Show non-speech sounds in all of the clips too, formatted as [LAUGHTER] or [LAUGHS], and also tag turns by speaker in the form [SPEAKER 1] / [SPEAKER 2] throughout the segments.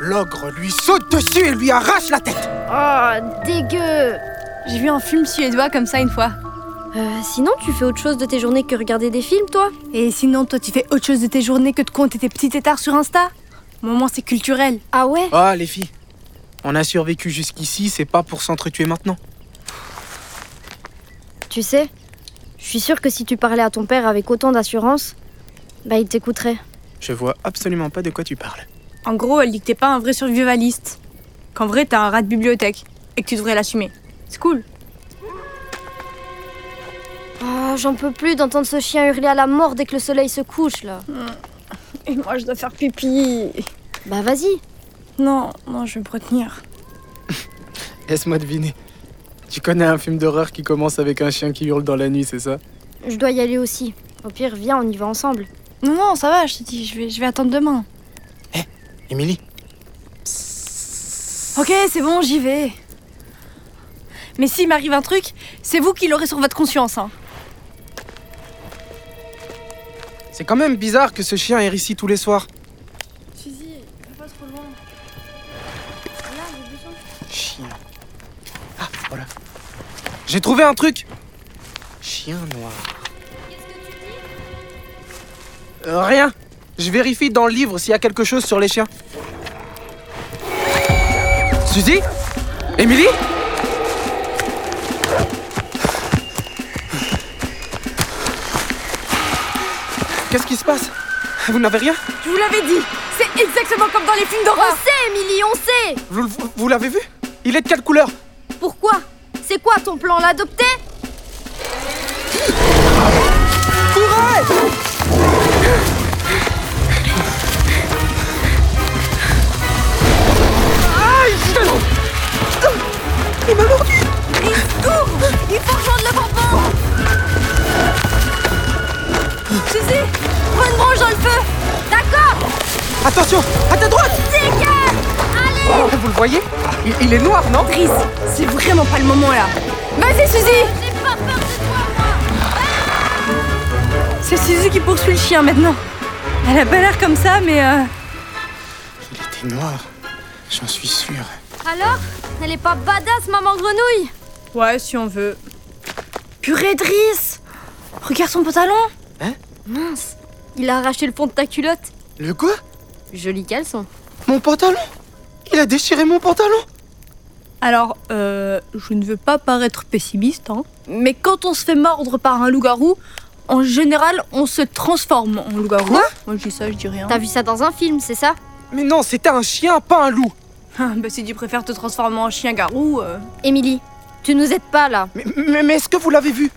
[SPEAKER 1] L'ogre lui saute dessus et lui arrache la tête.
[SPEAKER 2] Oh, dégueu
[SPEAKER 3] J'ai vu un film suédois comme ça une fois.
[SPEAKER 2] Euh, Sinon, tu fais autre chose de tes journées que regarder des films, toi
[SPEAKER 3] Et sinon, toi, tu fais autre chose de tes journées que de compter tes petits tétards sur Insta Au moins, c'est culturel.
[SPEAKER 2] Ah ouais
[SPEAKER 1] Oh, les filles, on a survécu jusqu'ici, c'est pas pour s'entretuer maintenant.
[SPEAKER 2] Tu sais, je suis sûre que si tu parlais à ton père avec autant d'assurance, bah il t'écouterait.
[SPEAKER 1] Je vois absolument pas de quoi tu parles.
[SPEAKER 3] En gros, elle dit que t'es pas un vrai survivaliste. Qu'en vrai, t'es un rat de bibliothèque. Et que tu devrais l'assumer. C'est cool.
[SPEAKER 2] Oh, j'en peux plus d'entendre ce chien hurler à la mort dès que le soleil se couche, là.
[SPEAKER 3] Et moi, je dois faire pipi.
[SPEAKER 2] Bah vas-y.
[SPEAKER 3] Non, non, je vais me retenir.
[SPEAKER 1] Laisse-moi deviner. Tu connais un film d'horreur qui commence avec un chien qui hurle dans la nuit, c'est ça
[SPEAKER 2] Je dois y aller aussi. Au pire, viens, on y va ensemble.
[SPEAKER 3] Non, non, ça va, je te dis, je vais, je vais attendre demain.
[SPEAKER 1] Émilie
[SPEAKER 3] Ok, c'est bon, j'y vais. Mais s'il m'arrive un truc, c'est vous qui l'aurez sur votre conscience, hein.
[SPEAKER 1] C'est quand même bizarre que ce chien erre ici tous les soirs.
[SPEAKER 3] Suzy, va pas trop loin. Là, j'ai besoin.
[SPEAKER 1] Chien. Ah, voilà. J'ai trouvé un truc Chien noir. Euh, rien. Je vérifie dans le livre s'il y a quelque chose sur les chiens. Suzy Émilie Qu'est-ce qui se passe Vous n'avez rien
[SPEAKER 3] Je vous l'avais dit, c'est exactement comme dans les films d'horreur.
[SPEAKER 2] sait, Émilie, on sait
[SPEAKER 1] Vous, vous- vous l'avez vu Il est de quelle couleur
[SPEAKER 2] Pourquoi C'est quoi ton plan, l'adopter
[SPEAKER 3] Il faut rejoindre le campement. Suzy, prends une branche dans le feu.
[SPEAKER 2] D'accord
[SPEAKER 1] Attention À ta droite Vous le voyez il, il est noir, non
[SPEAKER 3] Brice, c'est vraiment pas le moment là. Vas-y, Suzy. C'est Suzy qui poursuit le chien maintenant. Elle a pas l'air comme ça, mais euh,
[SPEAKER 1] Il était noir, j'en suis sûr.
[SPEAKER 2] Alors Elle est pas badass, maman grenouille
[SPEAKER 3] ouais, si on veut. Purée, Driss Regarde son pantalon.
[SPEAKER 2] Mince Il a arraché le fond de ta culotte.
[SPEAKER 1] Le quoi
[SPEAKER 2] Joli caleçon.
[SPEAKER 1] Mon pantalon Il a déchiré mon pantalon
[SPEAKER 3] Alors, euh, je ne veux pas paraître pessimiste, hein, mais quand on se fait mordre par un loup-garou, en général, on se transforme en loup-garou.
[SPEAKER 1] Quoi
[SPEAKER 3] Moi, je dis ça, je dis rien.
[SPEAKER 2] T'as vu ça dans un film, c'est ça
[SPEAKER 1] Mais non, c'était un chien, pas un loup
[SPEAKER 3] Ah, [LAUGHS] bah, si tu préfères te transformer en chien-garou, euh,
[SPEAKER 2] Émilie, tu nous aides pas, là.
[SPEAKER 1] Mais, mais, mais est-ce que vous l'avez vu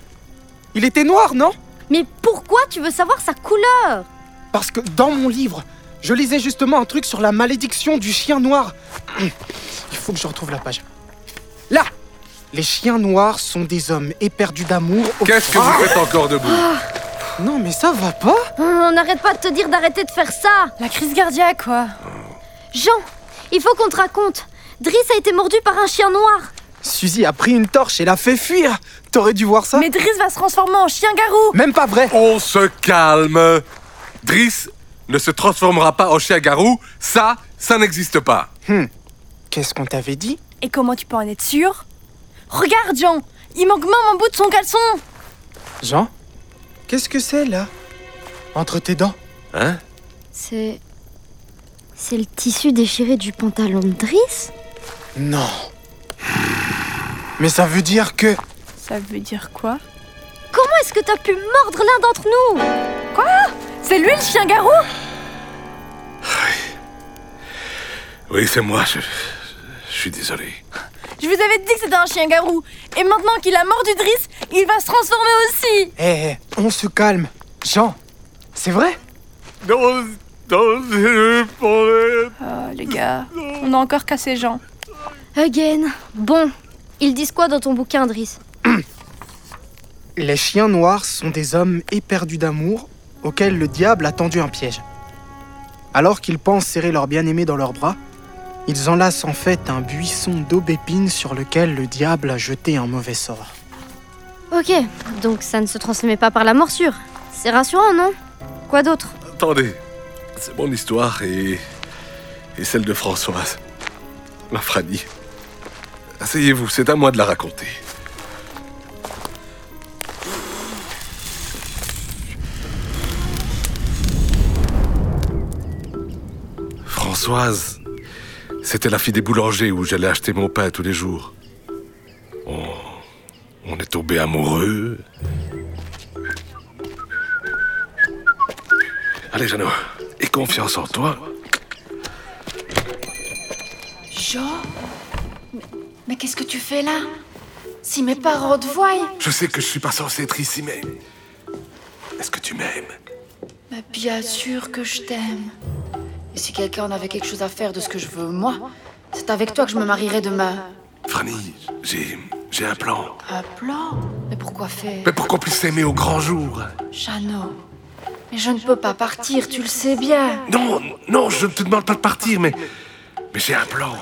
[SPEAKER 1] Il était noir, non
[SPEAKER 2] Mais pourquoi tu veux savoir sa couleur
[SPEAKER 1] Parce que dans mon livre, je lisais justement un truc sur la malédiction du chien noir. Il faut que je retrouve la page. Là Les chiens noirs sont des hommes éperdus d'amour. au-
[SPEAKER 4] Qu'est-ce que vous
[SPEAKER 1] Ah
[SPEAKER 4] faites encore debout
[SPEAKER 1] Non, mais ça va pas
[SPEAKER 2] Hein, On n'arrête pas de te dire d'arrêter de faire ça
[SPEAKER 3] la crise cardiaque, quoi.
[SPEAKER 2] Jean, il faut qu'on te raconte. Driss a été mordu par un chien noir.
[SPEAKER 1] Suzy a pris une torche et l'a fait fuir T'aurais dû voir ça
[SPEAKER 3] Mais Driss va se transformer en chien-garou
[SPEAKER 1] Même pas vrai
[SPEAKER 4] On se calme Driss ne se transformera pas en chien-garou, ça, ça n'existe pas.
[SPEAKER 1] Qu'est-ce qu'on t'avait dit
[SPEAKER 3] Et comment tu peux en être sûr Regarde, Jean Il manque même un bout de son caleçon
[SPEAKER 1] Jean Qu'est-ce que c'est là Entre tes dents
[SPEAKER 4] Hein
[SPEAKER 2] C'est. C'est le tissu déchiré du pantalon de Driss
[SPEAKER 1] Non. Mais ça veut dire que...
[SPEAKER 3] Ça veut dire quoi
[SPEAKER 2] Comment est-ce que t'as pu mordre l'un d'entre nous
[SPEAKER 3] C'est lui, le chien-garou
[SPEAKER 4] Oui, c'est moi, je, je suis désolé.
[SPEAKER 3] Je vous avais dit que c'était un chien-garou. Et maintenant qu'il a mordu Driss, il va se transformer aussi
[SPEAKER 1] Eh, eh, on se calme. Jean, c'est vrai
[SPEAKER 4] Non, non, je pourrais-
[SPEAKER 3] Ah, les gars, on a encore cassé Jean.
[SPEAKER 2] Again. Bon, ils disent quoi dans ton bouquin, Driss
[SPEAKER 1] Les chiens noirs sont des hommes éperdus d'amour auxquels le diable a tendu un piège. Alors qu'ils pensent serrer leur bien-aimé dans leurs bras, ils enlacent en fait un buisson d'aubépine sur lequel le diable a jeté un mauvais sort.
[SPEAKER 2] Ok, donc ça ne se transmet pas par la morsure. C'est rassurant, non Quoi d'autre
[SPEAKER 4] Attendez, c'est mon histoire et et celle de Françoise, la Franny. Asseyez-vous, c'est à moi de la raconter. Françoise, c'était la fille des boulangers où j'allais acheter mon pain tous les jours. On, on est tombé amoureux. Allez, Jeannot, aie confiance en toi.
[SPEAKER 5] Jean Mais- Mais qu'est-ce que tu fais là Si mes parents te voient
[SPEAKER 4] Je sais que je suis pas censé être ici, mais. Est-ce que tu m'aimes
[SPEAKER 5] Mais bien sûr que je t'aime. Et si quelqu'un en avait quelque chose à faire de ce que je veux, moi, c'est avec toi que je me marierai demain.
[SPEAKER 4] Franny, j'ai. J'ai un plan.
[SPEAKER 5] Un plan Mais pourquoi faire
[SPEAKER 4] Mais pour qu'on puisse s'aimer au grand jour.
[SPEAKER 5] Jeannot, mais je ne peux pas partir, tu le sais bien.
[SPEAKER 4] Non, non, je ne te demande pas de partir, mais. Mais j'ai un plan.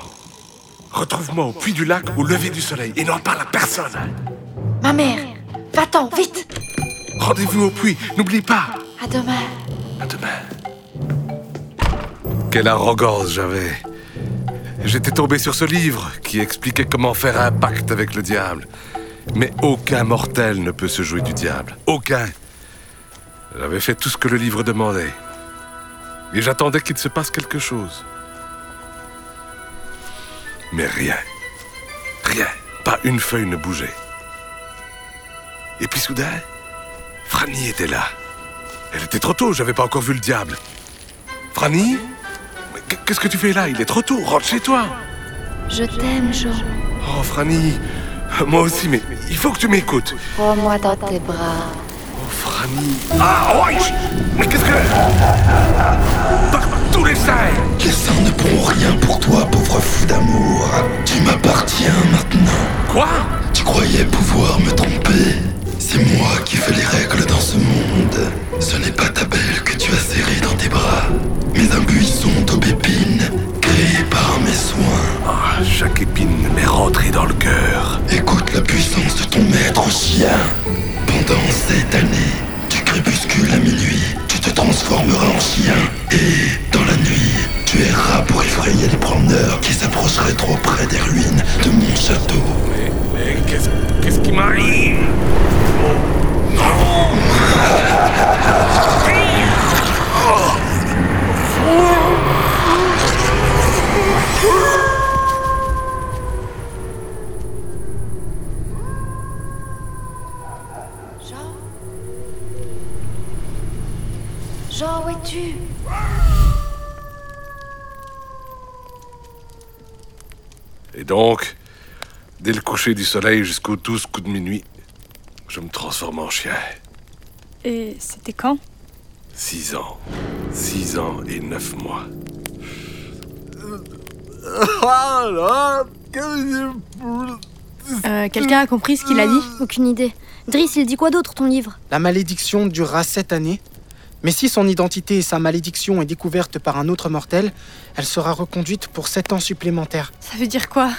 [SPEAKER 4] Retrouve-moi au puits du lac au lever du soleil et n'en parle à personne.
[SPEAKER 5] Ma mère, va-t'en, vite
[SPEAKER 4] Rendez-vous au puits, n'oublie pas.
[SPEAKER 5] À demain.
[SPEAKER 4] À demain. Quelle arrogance j'avais. J'étais tombé sur ce livre qui expliquait comment faire un pacte avec le diable. Mais aucun mortel ne peut se jouer du diable. Aucun. J'avais fait tout ce que le livre demandait. Et j'attendais qu'il se passe quelque chose. Mais rien. Rien. Pas une feuille ne bougeait. Et puis soudain, Franny était là. Elle était trop tôt, j'avais pas encore vu le diable. Franny Mais qu- Qu'est-ce que tu fais là Il est trop tôt, rentre chez toi
[SPEAKER 5] Je t'aime, Jean.
[SPEAKER 4] Oh Franny Moi aussi, mais il faut que tu m'écoutes
[SPEAKER 5] Prends-moi dans tes bras.
[SPEAKER 4] Oh Franny Ah ouais Mais qu'est-ce que... Par tous les seins
[SPEAKER 6] Les seins ne pourront rien pour toi, pauvre fou d'amour. Tu m'appartiens maintenant.
[SPEAKER 4] Quoi
[SPEAKER 6] Tu croyais pouvoir me tromper C'est moi qui fais les règles dans ce monde. Ce n'est pas ta belle que tu as serrée dans tes bras, mais un buisson d'aubépine créé par mes soins.
[SPEAKER 4] Ah, Chaque épine m'est rentrée dans le cœur.
[SPEAKER 6] Écoute la puissance de ton maître chien. Pendant cette année, du crépuscule à minuit, tu te transformeras en chien. Et dans la nuit, tu erras pour effrayer les promeneurs qui s'approcheraient trop près des ruines de mon château.
[SPEAKER 4] Mais qu'est-ce qu'est-ce qui m'arrive
[SPEAKER 5] Jean Jean, où es-tu
[SPEAKER 4] Et donc, dès le coucher du soleil jusqu'au douze coups de minuit, je me transforme en chien.
[SPEAKER 3] Et c'était quand
[SPEAKER 4] Six ans. Six ans et neuf mois.
[SPEAKER 3] Euh, Quelqu'un a compris ce qu'il a dit
[SPEAKER 2] Aucune idée. Driss, il dit quoi d'autre ton livre
[SPEAKER 1] La malédiction durera sept années, mais si son identité et sa malédiction est découverte par un autre mortel, elle sera reconduite pour sept ans supplémentaires.
[SPEAKER 3] Ça veut dire quoi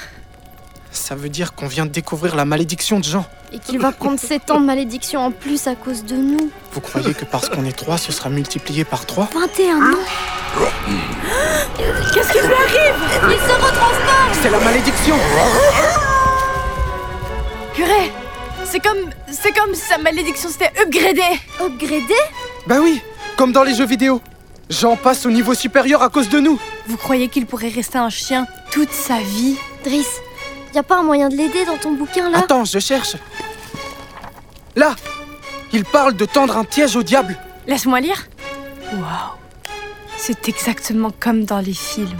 [SPEAKER 1] Ça veut dire qu'on vient de découvrir la malédiction de Jean.
[SPEAKER 2] Et qu'il va prendre 7 ans de malédiction en plus à cause de nous.
[SPEAKER 1] Vous croyez que parce qu'on est trois, ce sera multiplié par trois
[SPEAKER 2] 21 ans
[SPEAKER 3] Qu'est-ce qui lui arrive Il se retransforme
[SPEAKER 1] C'est la malédiction
[SPEAKER 3] Purée C'est comme... C'est comme si sa malédiction s'était upgradée
[SPEAKER 2] Upgradé
[SPEAKER 1] Bah oui, comme dans les jeux vidéo. Jean passe au niveau supérieur à cause de nous.
[SPEAKER 3] Vous croyez qu'il pourrait rester un chien toute sa vie
[SPEAKER 2] Driss, y a pas un moyen de l'aider dans ton bouquin là
[SPEAKER 1] Attends, je cherche. Là Il parle de tendre un piège au diable.
[SPEAKER 3] Laisse-moi lire Waouh C'est exactement comme dans les films.